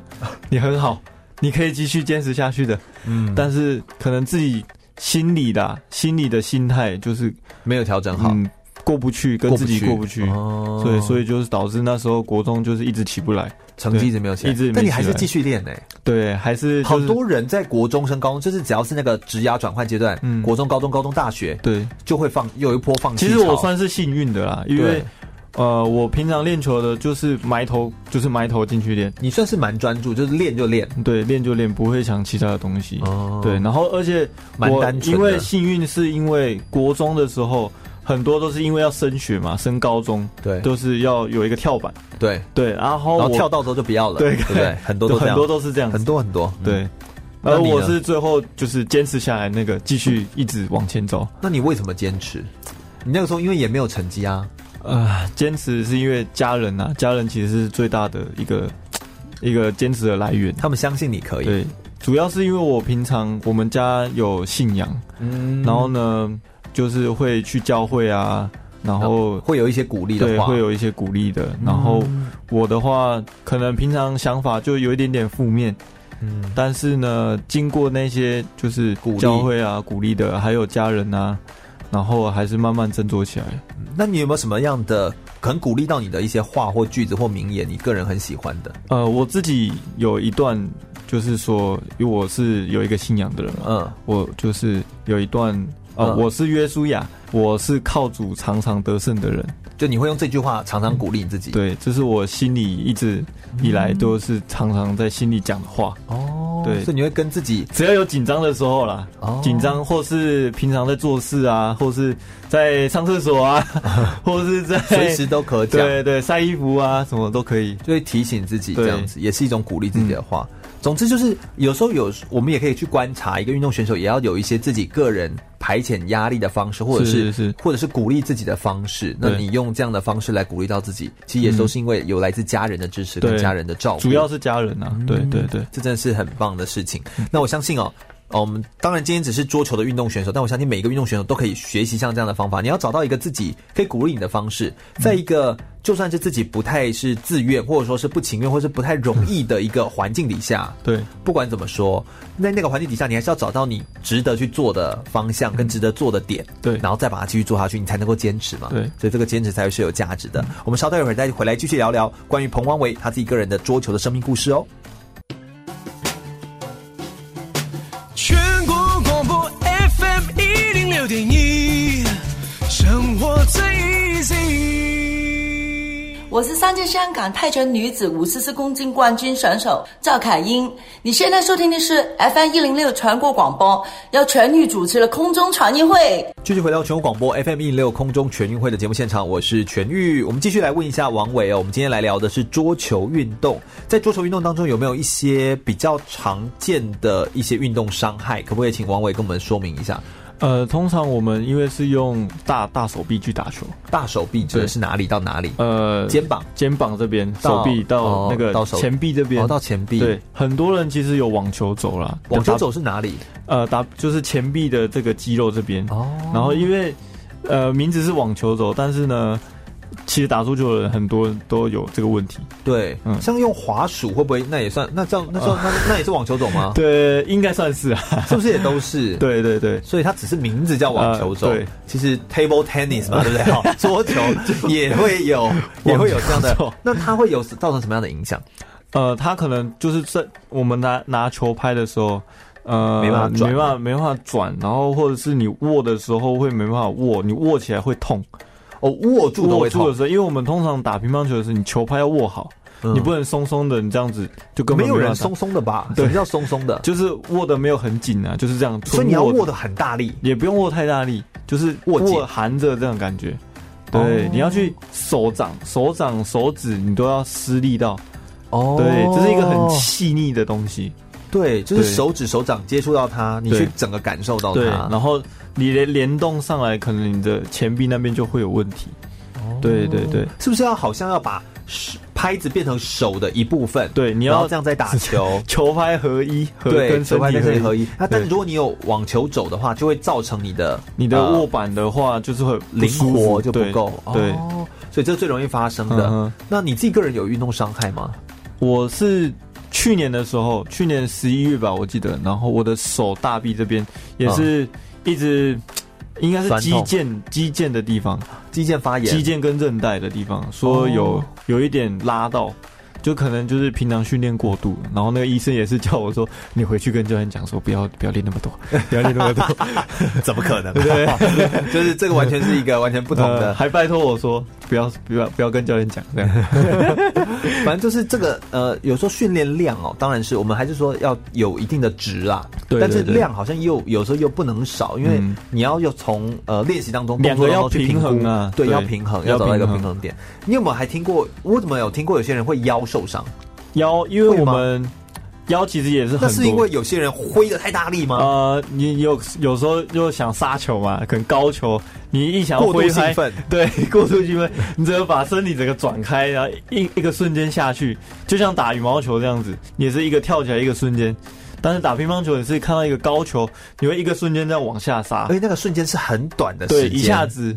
C: 你很好，你可以继续坚持下去的，
B: 嗯，但
C: 但是可能自己心里的啊心里的心态就是
B: 没有调整好，
C: 嗯过不去，跟自己过不去。
B: 哦
C: 所以，所
B: 以
C: 以就是导致那时候国中就是一直起不来，
B: 成绩一直没有起来，
C: 一直没
B: 但你还
C: 起
B: 是
C: 来
B: 继续练呢、
C: 对，还是、就
B: 好
C: 是、
B: 多人在国中升高中，就是只要是那个职涯转换阶段，
C: 嗯
B: 国中、高中、高中、大学，
C: 对。
B: 就会放又有一波放弃
C: 其
B: 潮。
C: 实我算是幸运的啦，因为
B: 对
C: 呃，我平常练球的就是埋头，就是埋头进去练，
B: 你算是蛮专注，就是练就练。
C: 对，练就练，不会想其他的东西。
B: 哦
C: 对，，然后而且
B: 蛮
C: 我
B: 单纯的
C: 因为幸运是因为国中的时候很多都是因为要升学嘛，升高中
B: 对
C: 都是要有一个跳板，
B: 对，
C: 对，然后
B: 然后
C: 我
B: 跳到之后就不要了，
C: 对
B: 对不对？很多都这
C: 很
B: 样，
C: 多都是这样子
B: 很，多很多。嗯，
C: 对。
B: 那
C: 而
B: 你呢
C: 我是最后就是坚持下来，那个继续一直往前走。
B: 那你为什么坚持？你那个时候因为也没有成绩啊，
C: 啊，坚持是因为家人呐、家人其实是最大的一个一个坚持的来源。
B: 他们相信你可以。
C: 对，主要是因为我平常我们家有信仰，
B: 嗯
C: 然后呢，就是会去教会啊，然后
B: 会有一些鼓励的
C: 对
B: 话，嗯
C: 会有一些鼓励的。然后我的话，可能平常想法就有一点点负面，
B: 嗯，
C: 但是呢，经过那些就是
B: 鼓励
C: 教会啊、鼓励的，还有家人啊，然后还是慢慢振作起来。
B: 那你有没有什么样的可能鼓励到你的一些话或句子或名言，你个人很喜欢的？
C: 呃，我自己有一段，就是说，因为我是有一个信仰的人嘛，
B: 嗯，
C: 我就是有一段，呃，
B: 嗯
C: 我是约书亚，我是靠主常常得胜的人。
B: 就你会用这句话常常鼓励你自己。
C: 对，这是我心里一直以来都是常常在心里讲的话。
B: 哦，
C: 对
B: 所以你会跟自己
C: 只要有紧张的时候啦
B: 哦，
C: 紧张、或是平常在做事啊，或是在上厕 所啊，或是在
B: 随时都可讲，
C: 对对晒衣服啊，什么都可以。
B: 就会提醒自己
C: 对嗯
B: 这样子，也是一种鼓励自己的话。总之就是有时候有，我们也可以去观察一个运动选手，也要有一些自己个人排遣压力的方式，或者是
C: 是是
B: 或者是鼓励自己的方式。那
C: 对嗯
B: 你用这样的方式来鼓励到自己，其实也都是因为有来自家人的支持
C: 对
B: 跟家人的照顾，
C: 主要是家人
B: 嗯
C: 啊，对对对，
B: 这真的是很棒的事情。那我相信哦。哦，我们当然今天只是桌球的运动选手，但我相信每一个运动选手都可以学习像这样的方法。你要找到一个自己可以鼓励你的方式，
C: 嗯
B: 在一个就算是自己不太是自愿，或者说是不情愿，或是不太容易的一个环境底下，
C: 对，
B: 不管怎么说，在那个环境底下，你还是要找到你值得去做的方向跟值得做的点，
C: 嗯对
B: 然后再把它继续做下去，你才能够坚持嘛。
C: 对嗯
B: 所以这个坚持才会是有价值的。我们稍待一会儿再回来继续聊聊关于彭汪维他自己个人的桌球的生命故事哦。
F: 全国广播 FM 一零六点一，生活最 easy。
H: 我是上届香港泰拳女子五十四公斤冠军选手赵凯英。你现在收听的是 FM 一零六全国广播，由全女主持的空中传音会。
B: 继续回到全国广播 FM 一六空中全运会的节目现场，我是全玉。我们继续来问一下王伟哦，我们今天来聊的是桌球运动，在桌球运动当中有没有一些比较常见的一些运动伤害？可不可以请王伟跟我们说明一下？
C: 呃，通常我们因为是用大大手臂去打球，
B: 大手臂指的
C: 对
B: 是哪里到哪里？
C: 呃，
B: 肩膀
C: 肩膀这边，
B: 到
C: 手臂
B: 哦
C: 到那个
B: 到手
C: 前臂这边，
B: 哦，到前臂。
C: 对，，很多人其实有网球肘啦，
B: 往
C: 打
B: 前走是哪里？
C: 呃打就是前臂的这个肌肉这边，
B: 哦
C: 然后因为呃名字是网球肘，但是呢，其实打出球的人很多都有这个问题，
B: 对，
C: 嗯
B: 像用滑鼠会不会？那也算？那这样，那算那那也是网球肘吗？，
C: 对，应该算是啊，
B: 是不是也都是？。
C: 对对对，
B: 所以它只是名字叫网球肘，
C: 呃对
B: 其实 table tennis 嘛，对 不对？好，桌球也会有，也会有这样的
C: 网球肘。
B: 那它会有造成什么样的影响？
C: 呃，他可能就是在我们拿拿球拍的时候，呃，
B: 没办法转
C: 没办法，没办法转，然后或者是你握的时候会没办法握，你握起来会痛，
B: 哦，握住都
C: 握
B: 会
C: 住
B: 痛
C: 的，时候，因为我们通常打乒乓球的时候，你球拍要握好，
B: 嗯
C: 你不能松松的，你这样子就根本
B: 没有人
C: 办法打
B: 松，松的吧？什
C: 对
B: 么叫松松的？
C: 就是握的没有很紧啊，就是这样，
B: 所以你要
C: 纯
B: 握
C: 的，
B: 的很大力，
C: 也不用握太大力，就是
B: 握紧哦
C: 握含着这样感觉。对，你要去手掌、手掌、手指，你都要施力到。
B: 哦
C: 对，这是一个很细腻的东西。
B: 对，就是
C: 对
B: 手指手掌接触到它，你
C: 对
B: 去整个感受到它，
C: 对，然后你联联动上来，可能你的前臂那边就会有问题。
B: 哦
C: 对对对
B: 是不是要好像要把手拍子变成手的一部分？
C: 对，你
B: 你要
C: 要。
B: 这样在打球
C: 球拍合一，和
B: 对，
C: 跟
B: 手
C: 身
B: 拍
C: 体
B: 跟身体合
C: 一。
B: 一。那但是
C: 对
B: 如果你有网球肘的话，就会造成你的
C: 你的
B: 呃
C: 握板的话，就是会不
B: 灵
C: 舒服
B: 活就不
C: 对
B: 够。
C: 对，
B: 哦，所以这最容易发生
C: 嗯
B: 的
C: 哼。
B: 那你自己个人有运动伤害吗？
C: 我是去年的时候，去年十一月吧，我记得，然后我的手大臂这边也是一直。应该是
B: 嗯酸
C: 肌
B: 痛
C: 腱肌腱的地方，
B: 肌腱发炎
C: 肌，腱跟韧带的地方，说有、
B: 哦
C: 有一点拉到，就可能就是平常训练过度，然后那个医生也是叫我说，你回去跟教练讲说，不要不要练那么多，不要练那么 多，
B: 怎么可能？ 对，就是这个完全是一个完全不同
C: 呃
B: 的
C: 还拜托我说，不要不要不要跟教练讲这 样，
B: 反正就是这个呃，有时候训练量哦，当然是我们还是说要有一定的值啦。
C: 对
B: 但是
C: 对对
B: 量好像又有时候又不能少，因为
C: 嗯
B: 你要要从呃练习当中
C: 两个
B: 动作当中
C: 要
B: 去评
C: 平衡啊
B: 估对，
C: 对
B: 要平衡，
C: 要
B: 要找到一个
C: 平衡
B: 平衡点。你有没有还听过？我怎么有听过有些人会腰受伤？
C: 腰，因为
B: 会
C: 我
B: 吗
C: 们腰其实也是很
B: 那
C: 多，
B: 是因为有些人挥的太大力吗？
C: 呃，你有有时候就想杀球嘛，可能高球，你一想要
B: 过度
C: 挥拍
B: 兴奋，
C: 对，过度兴奋，你只能把身体整个转开，然后一一个瞬间下去，就像打羽毛球这样子，你也是一个跳起来一个瞬间。但是打乒乓球，你是看到一个高球，你会一个瞬间这样往下杀
B: 而，且那个瞬间是很短的时
C: 对，
B: 哎间，
C: 一下，子，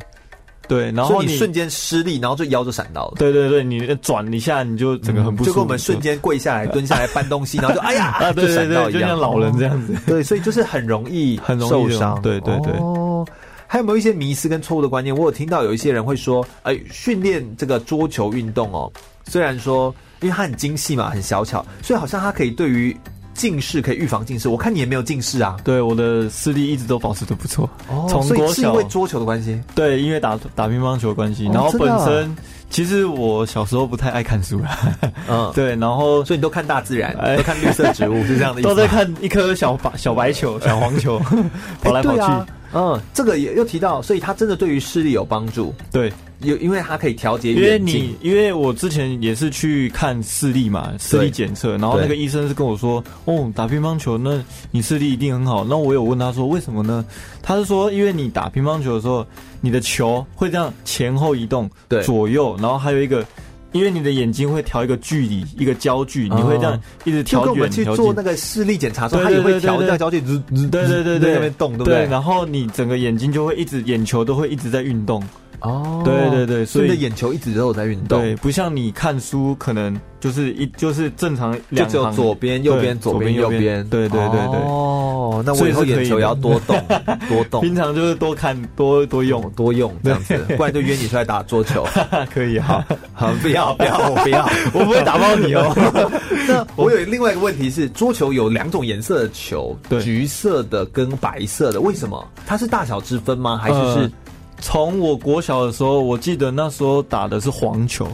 C: 对，然
B: 所
C: 后
B: 以你
C: 你
B: 瞬间失力，然后就腰就闪到了。
C: 对对对，你转一下你就整个很不舒
B: 嗯就
C: 服，
B: 跟我们瞬间跪 下来、蹲下来搬东西，然后就哎呀，
C: 啊，对对
B: 闪到
C: 对，
B: 一
C: 就
B: 样哦
C: 像老人这样子，
B: 对，所以就是很容易
C: 很容易
B: 受
C: 这种
B: 伤。
C: 对对对
B: 哦，还有没有一些迷思跟错误的观念？我有听到有一些人会说，哎、训练这个桌球运动哦，虽然说因为它很精细嘛，很小巧，所以好像它可以对于近视可以预防近视。我看你也没有近视啊。哦
C: 对，我的视力一直都保持的不错，从
B: 所
C: 国
B: 以是因
C: 小
B: 为桌球的关系，
C: 对，因为打打乒乓球的关系，
B: 哦
C: 然后
B: 真
C: 本
B: 的啊
C: 身、其实我小时候不太爱看书啦，
B: 嗯，，
C: 对，然后
B: 所以你都看大自然，
C: 哎
B: 都看绿色植物，是这样的意思吗。
C: 都在看一颗小白小白 球、小黄球 跑来
B: 哎
C: 跑
B: 对
C: 去，
B: 啊嗯，这个也又提到，所以它真的对于视力有帮助，
C: 对，
B: 有因为它可以调节
C: 因
B: 啊
C: 为
B: 眼睛
C: 你。因为我之前也是去看视力嘛，视力检测，然后
B: 对
C: 那个医生是跟我说，哦，打乒乓球，那你视力一定很好。那我有问他说为什么呢？他是说，因为你打乒乓球的时候，你的球会这样前后移动，
B: 对
C: 左右，然后还有一个。因为你的眼睛会调一个距离，一个焦距，你会这样
B: 哦
C: 一直
B: 就
C: 调
B: 跟我
C: 远
B: 们去
C: 调
B: 做
C: 近
B: 那。个视力检查的时候，它
C: 对
B: 也
C: 对
B: 会调
C: 对对
B: 那焦距，滋滋
C: 对对对
B: 滋
C: 对，
B: 在那边动，对不
C: 对？
B: 对？
C: 然后你整个眼睛就会一直，眼球都会一直在运动。
B: 哦
C: 对对对
B: 所
C: 所
B: 以
C: 以
B: 你的眼球一直都有在运动，
C: 对，不像你看书，可能就是一就是正常
B: 就
C: 两
B: 只有
C: 行
B: 左边、右边、
C: 对
B: 左边、右
C: 右边
B: 边，
C: 对对对对
B: 哦，那我
C: 所以
B: 以后
C: 是可以
B: 眼球也要多 动，多动，
C: 平常就是多看多多用，
B: 多用这样子，不然就约你出来打桌 球。
C: 可以哈。
B: 哦好，啊不要不要，我不要。
C: 我不会打爆你哦。
B: 那我有另外一个问题是，桌球有两种颜色的球，
C: 对
B: 橘色的跟白色的，为什么？它是大小之分吗？还是是
C: 呃 从我国小的时候，我记得那时候打的是黄球，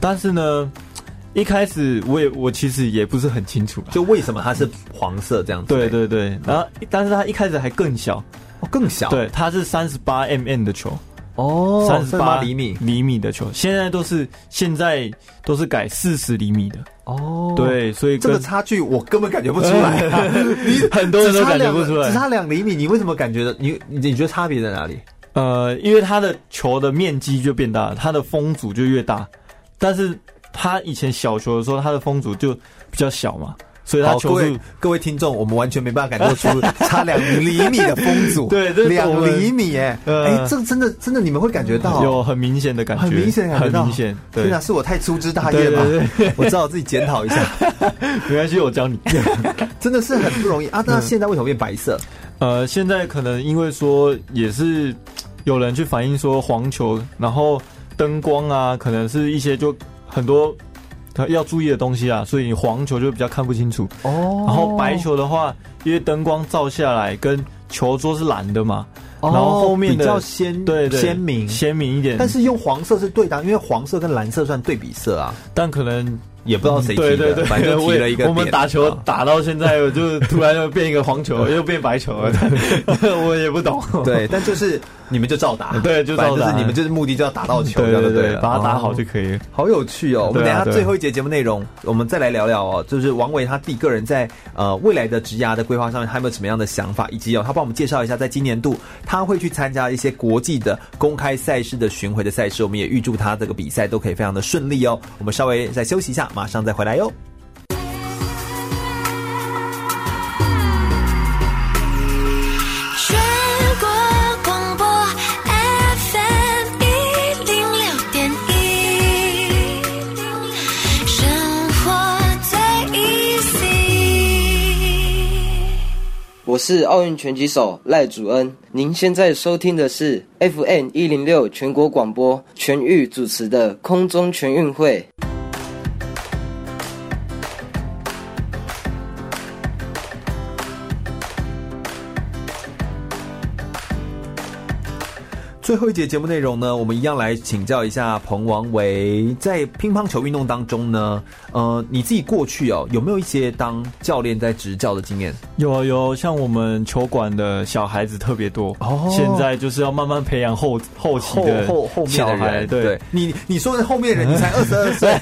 C: 但是呢，一开始我也我其实也不是很清楚啊。
B: 就为什么它是黄色这样子？
C: 对对对，然后但是它一开始还更小，
B: 哦，更小。
C: 对，它是三十八 mm 的球，
B: 哦，
C: 三十八
B: 38厘米。
C: 厘米的球，现在都是现在都是改四十厘米的，
B: 哦，。
C: 对，所以
B: 这个
C: 跟
B: 差距我根本感觉不出 来、啊，你
C: 很多人都感觉不出来
B: 只差两只差两厘米，你为什么感觉的？你你你觉得差别在哪里？
C: 呃，因为它的球的面积就变大了，它的风阻就越大。但是它以前小球的时候，它的风阻就比较小嘛，所以它
B: 好，各
C: 球
B: 位
C: 速
B: 各位听众，我们完全没办法感受出差两厘米的风阻，
C: 对这是我
B: 两
C: 们
B: 厘米哎、
C: 呃
B: 哎、这个真的真的你们会感觉到哦
C: 有很明显的感觉，
B: 很明显感觉到，
C: 很明显。对
B: 天，哪，是我太粗枝大叶了吧，
C: 对
B: 我只好自己检讨一 下，
C: 没关系，我教你。
B: 真的是很不容易啊。那现在为什么变白 色？
C: 呃，现在可能因为说也是有人去反映说黄球，然后灯光啊，可能是一些就很多它要注意的东西啊，所以黄球就比较看不清楚。
B: 哦
C: 然后白球的话，因为灯光照下来跟球桌是蓝的嘛，然后后
B: 哦
C: 面
B: 比
C: 的
B: 较鲜
C: 对对
B: 鲜明，
C: 鲜明一点，
B: 但是用黄色是对的啊，因为黄色跟蓝色算对比色啊，
C: 但可能。
B: 也不知道谁提的，
C: 嗯对对对，
B: 反正 就提了一个
C: 我也我们
B: 点
C: 打球
B: 啊
C: 打到现在，我就突然又变一个黄球，又变白球了， 我也不懂。
B: 对，但就是你们就照打，
C: 对就照
B: 反正
C: 打
B: 是你们就是目的就要打到球，
C: 对
B: 这样
C: 对
B: 就
C: 对，
B: 了
C: 把它打好
B: 哦
C: 就可以了。
B: 好有趣哦！我们等一
C: 对啊
B: 下
C: 对啊
B: 最后一节节目内容，我们再来聊聊哦，就是王维他自己个人在呃未来的职涯的规划上面，他有没有什么样的想法，以及哦，他帮我们介绍一下，在今年度他会去参加一些国际的公开赛事的巡回的赛事，我们也预祝他这个比赛都可以非常的顺利哦。我们稍微再休息一下，马上再回来哟。哦
D: 全国广播 FM 一零六点一，生活最 easy。
I: 我是奥运拳击手赖祖恩。您现在收听的是 FN 一零六全国广播全域主持的空中全运会。
B: 最后一节节目内容呢，我们一样来请教一下彭王维，在乒乓球运动当中呢，呃，你自己过去哦有没有一些当教练在执教的经验？
C: 有啊有啊，像我们球馆的小孩子特别多，
B: 哦
C: 现在就是要慢慢培养后后期
B: 后
C: 的
B: 后后面
C: 小
B: 的
C: 孩，
B: 人，
C: 对，
B: 你你说的后面的人，你才二十二岁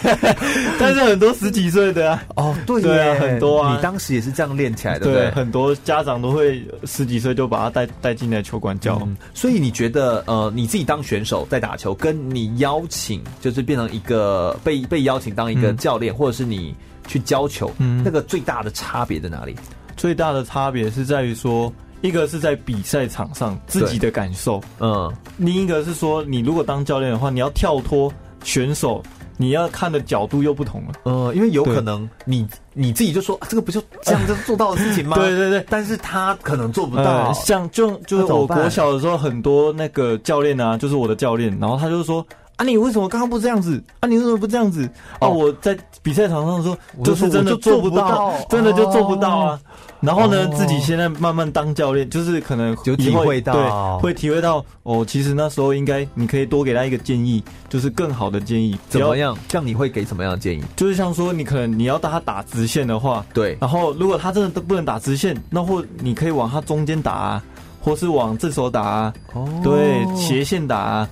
C: 但是很多十几岁的啊，
B: 哦，对
C: 对啊
B: 耶
C: 很多啊
B: 你当时也是这样练起来的，
C: 哎对，
B: 对不对？
C: 很多家长都会十几岁就把他带带进来球馆教。
B: 嗯，所以你觉得呃，你自己当选手在打球，跟你邀请就是变成一个被被邀请当一个
C: 嗯
B: 教练，或者是你去教球，
C: 嗯
B: 那个最大的差别在哪里？
C: 最大的差别是在于说，一个是在比赛场上自己的感受，
B: 嗯，
C: 另一个是说，你如果当教练的话，你要跳脱选手，你要看的角度又不同了。
B: 呃，因为有
C: 对
B: 可能你你自己就说、啊、这个不就这样就做到的事情吗？
C: 对对对。
B: 但是他可能做不到，
C: 呃，像就就是
B: 那怎么
C: 我
B: 办
C: 国小的时候，很多那个教练啊，就是我的教练，然后他就说啊，你为什么刚刚不这样子？啊，你为什么不这样子？
B: 哦
C: 啊，我在比赛场上说，
B: 我就
C: 就
B: 说
C: 是真的
B: 我就做
C: 不
B: 不到
C: 真的就做不到啊。然后呢
B: 哦，
C: 自己现在慢慢当教练，就是可能
B: 有体
C: 以后
B: 会到
C: 对，会体会到哦，其实那时候应该你可以多给他一个建议，就是更好的建议，
B: 怎
C: 不
B: 么
C: 要？
B: 样？这样你会给什么样的建议？
C: 就是像说，你可能你要带他打直线的话，
B: 对，
C: 然后如果他真的都不能打直线，那或你可以往他中间打、啊，或是往正手打、啊，
B: 哦
C: 对，斜线打、啊，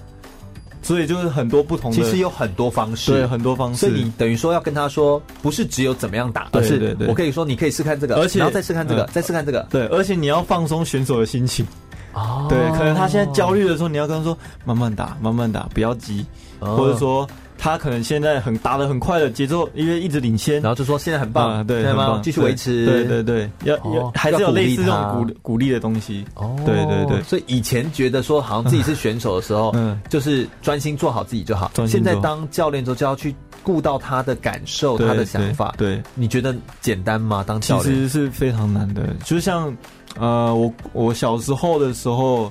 C: 所以就是很多不同的，
B: 其实有很多方式，
C: 对很多方
B: 所
C: 式。
B: 以你等于说要跟他说，不是只有怎么样打，
C: 对
B: 而
C: 对
B: 是
C: 对
B: 我可以说你可以试看这个，
C: 而且
B: 然后再试看这个，
C: 嗯
B: 再试看这个。
C: 对，而且你要放松选手的心情。
B: 哦
C: 对，可能他现在焦虑的时候，你要跟他说慢慢打，慢慢打，不要急，
B: 哦
C: 或者说他可能现在很打的很快的节奏，因为一直领先，
B: 然后就说现在很棒，
C: 啊，对，
B: 现在
C: 很
B: 吗
C: 棒
B: 继续维持，
C: 对对对，要要
B: 哦
C: 还是
B: 要
C: 有
B: 鼓励
C: 类似这
B: 他
C: 种鼓励鼓励的东西。
B: 哦
C: 对对对
B: 所以以前觉得说好像自己是选手的时候，
C: 嗯
B: 就是专心做好自己就好。
C: 专心
B: 现在
C: 做
B: 当教练之后就要去顾到他的感受、
C: 对
B: 他的
C: 对
B: 想法。
C: 对，
B: 你觉得简单吗？当
C: 其
B: 教练
C: 实是非常难的。就像呃，我我小时候的时候，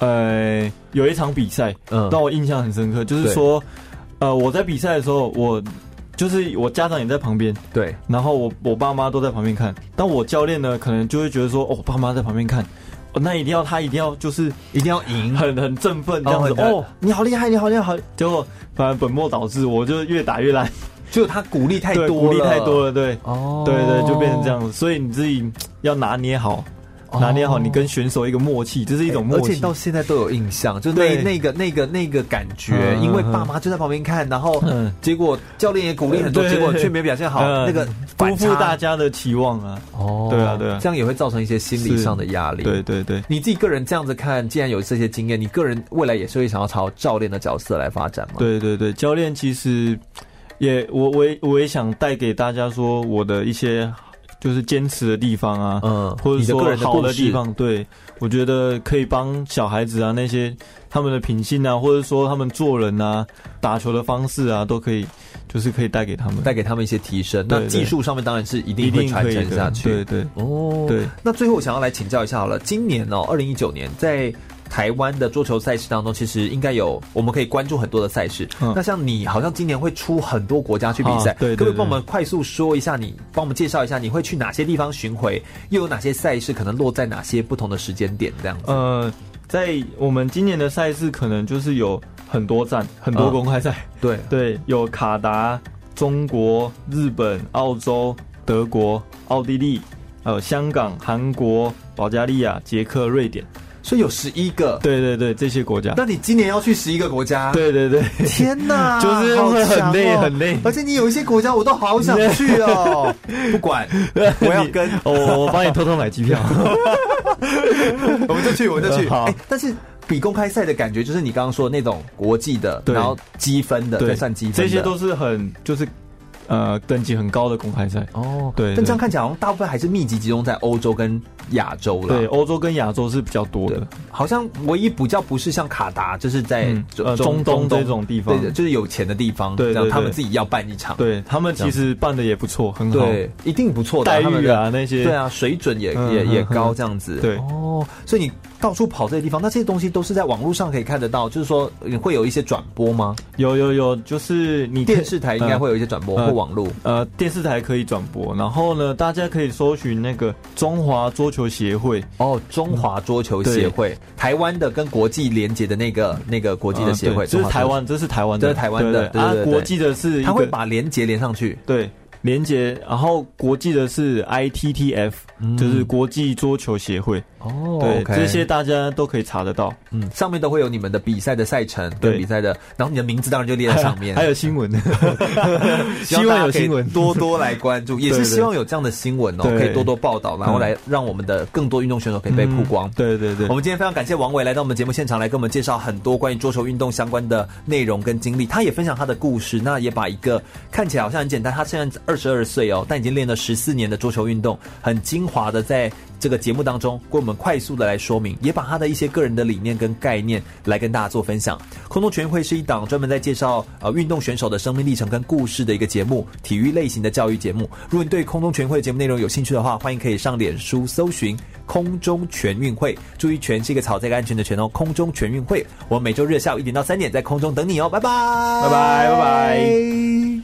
C: 呃，有一场比赛
B: 嗯
C: 让我印象很深刻，就是
B: 对
C: 说，呃，我在比赛的时候，我就是我家长也在旁边，
B: 对，
C: 然后我我爸妈都在旁边看，但我教练呢，可能就会觉得说，哦，我爸妈在旁边看。哦那一定要他一定要就是
B: 一定要赢。
C: 很很振奋这样子
B: 哦很
C: 哦，你好厉害，你好厉害，好结果反而本末倒置，我就越打越烂，
B: 就他鼓励太多
C: 对
B: 了，
C: 鼓励太多了，对，
B: 哦
C: 对对，就变成这样子。所以你自己要拿捏好，拿捏好你跟选手一个默契，这是一种
B: 哦
C: 默
B: 哎而且
C: 契。
B: 到现在都有印象，就那
C: 对
B: 那个那个那个感觉，
C: 嗯
B: 因为爸妈就在旁边看，然后
C: 嗯
B: 结果教练也鼓励很多，
C: 对
B: 结果却没表现好，
C: 嗯
B: 那个
C: 辜
B: 反
C: 负
B: 差
C: 大家的期望啊！
B: 哦
C: 对啊对啊
B: 这样也会造成一些心理
C: 是
B: 上的压力。
C: 对，对对，
B: 你自己个人这样子看，既然有这些经验，你个人未来也是会想要朝教练的角色来发展吗？，
C: 对对对，教练其实也我我也我也想带给大家说我的一些就是坚持的地方啊，
B: 嗯，
C: 或者
B: 你的
C: 说
B: 个人
C: 好
B: 故
C: 的
B: 事
C: 地，方，对我觉得可以帮小孩子啊那些他们的品性啊，或者说他们做人啊、打球的方式啊，都可以就是可以带给他们，
B: 带给他们一些提升。
C: 对
B: 那
C: 对
B: 技术上面当然是一
C: 一
B: 定会
C: 定
B: 传
C: 可以
B: 承
C: 的
B: 下去。
C: 对对。
B: 哦，
C: 对，
B: 那最后我想要来请教一下好了，今年哦，二零一九年在台湾的桌球赛事当中，其实应该有我们可以关注很多的赛事。
C: 嗯
B: 那像你好像今年会出很多国家去比赛，
C: 啊
B: 可
C: 对对
B: 不可以
C: 对
B: 帮我们快速说一下你，帮我们介绍一下你会去哪些地方巡回，又有哪些赛事可能落在哪些不同的时间点这样子？
C: 呃，在我们今年的赛事可能就是有很多站，很
B: 嗯
C: 多公开赛，
B: 对，
C: 对，有卡达、中国、日本、澳洲、德国、奥地利，呃，香港、韩国、保加利亚、捷克、瑞典，
B: 所以有十一个。
C: 对对对，这些国家，
B: 那你今年要去十一个国家？。
C: 对对对，
B: 天 呐，
C: 就是会
B: 好
C: 很
B: 强哦
C: 累很累
B: 而且你有一些国家我都好想去 哦。不管，我要
C: 你
B: 跟，
C: 哦，我帮你偷偷买 机票，
B: 我们就去，我们就去。
C: 呃 好
B: 哎，但是比公开赛的感觉就是你刚刚说的那种国际的，
C: 对
B: 然后积分的，
C: 对，
B: 再算积分的，
C: 这些都是很就是呃等级很高的公开赛。
B: 哦。
C: 对，
B: 但这
C: 对
B: 样看起来，好像大部分还是密集集中在欧洲跟亚洲了。
C: 对，欧洲跟亚洲是比较多
B: 对
C: 的。，
B: 好像唯一比较不是像卡达，就是在
C: 嗯呃中东这种地方
B: 对，就是有钱的地方，
C: 对对
B: 这样他们
C: 对
B: 自己要办一场，
C: 对他们其实办的也不错，很嗯好，
B: 对，一定不错的
C: 待
B: 他们
C: 遇
B: 的
C: 啊那些，
B: 对啊，水准也、
C: 嗯
B: 也也
C: 嗯
B: 高，
C: 嗯
B: 这样子。
C: 对
B: 哦，所以你到处跑这些地方，那这些东西都是在网络上可以看得到，就是说你会有一些转播吗？
C: 有有有，就是你可以
B: 电视台应该会有一些转播、
C: 呃
B: 或网络。
C: 呃电视台可以转播，然后呢，大家可以搜寻那个中华桌球协会
B: 哦，中华桌球协会，台湾的跟国际连接的那个那个国际的协会，
C: 呃嗯对
B: 中
C: 这是
B: 华桌
C: 台湾，这是台湾
B: 这
C: 的，
B: 是台湾的
C: 对
B: 对对对
C: 啊，
B: 对
C: 国际的是一
B: 他会
C: 个
B: 把连接连上去。
C: 对。连接，然后国际的是 ITTF，、就是国际桌球协会，
B: 哦
C: 对
B: OK
C: 这些大家都可以查得到。
B: 嗯，上面都会有你们的比赛的赛程跟
C: 对
B: 比赛的，然后你的名字当然就列在上面。
C: 还有新闻，
B: 希望
C: 希望有新
B: 大家
C: 闻
B: 可以多多来关 注，也是
C: 对对
B: 希望有这样的新闻哦，
C: 对
B: 可以多多报道，然后来让我们的更多运动选手可以被曝光
C: 嗯。对对对
B: 我，们今天非常感谢王伟来到我们节目现场，来跟我们介绍很多关于桌球运动相关的内容跟经历。他也分享他的故事，那也把一个看起来好像很简单，他现在二十二岁哦，但已经练了十四年的桌球运动，很精华的在这个节目当中为我们快速的来说明，也把他的一些个人的理念跟概念来跟大家做分享。空中全运会是一档专门在介绍呃运动选手的生命历程跟故事的一个节目，体育类型的教育节目。如果你对空中全运会节目内容有兴趣的话，欢迎可以上脸书搜寻空中全运会，注意“全”是一个草在一个安全的“全”哦，空中全运会。我们每周日下午一点到三点在空中等你哦，拜拜，
C: 拜拜拜拜。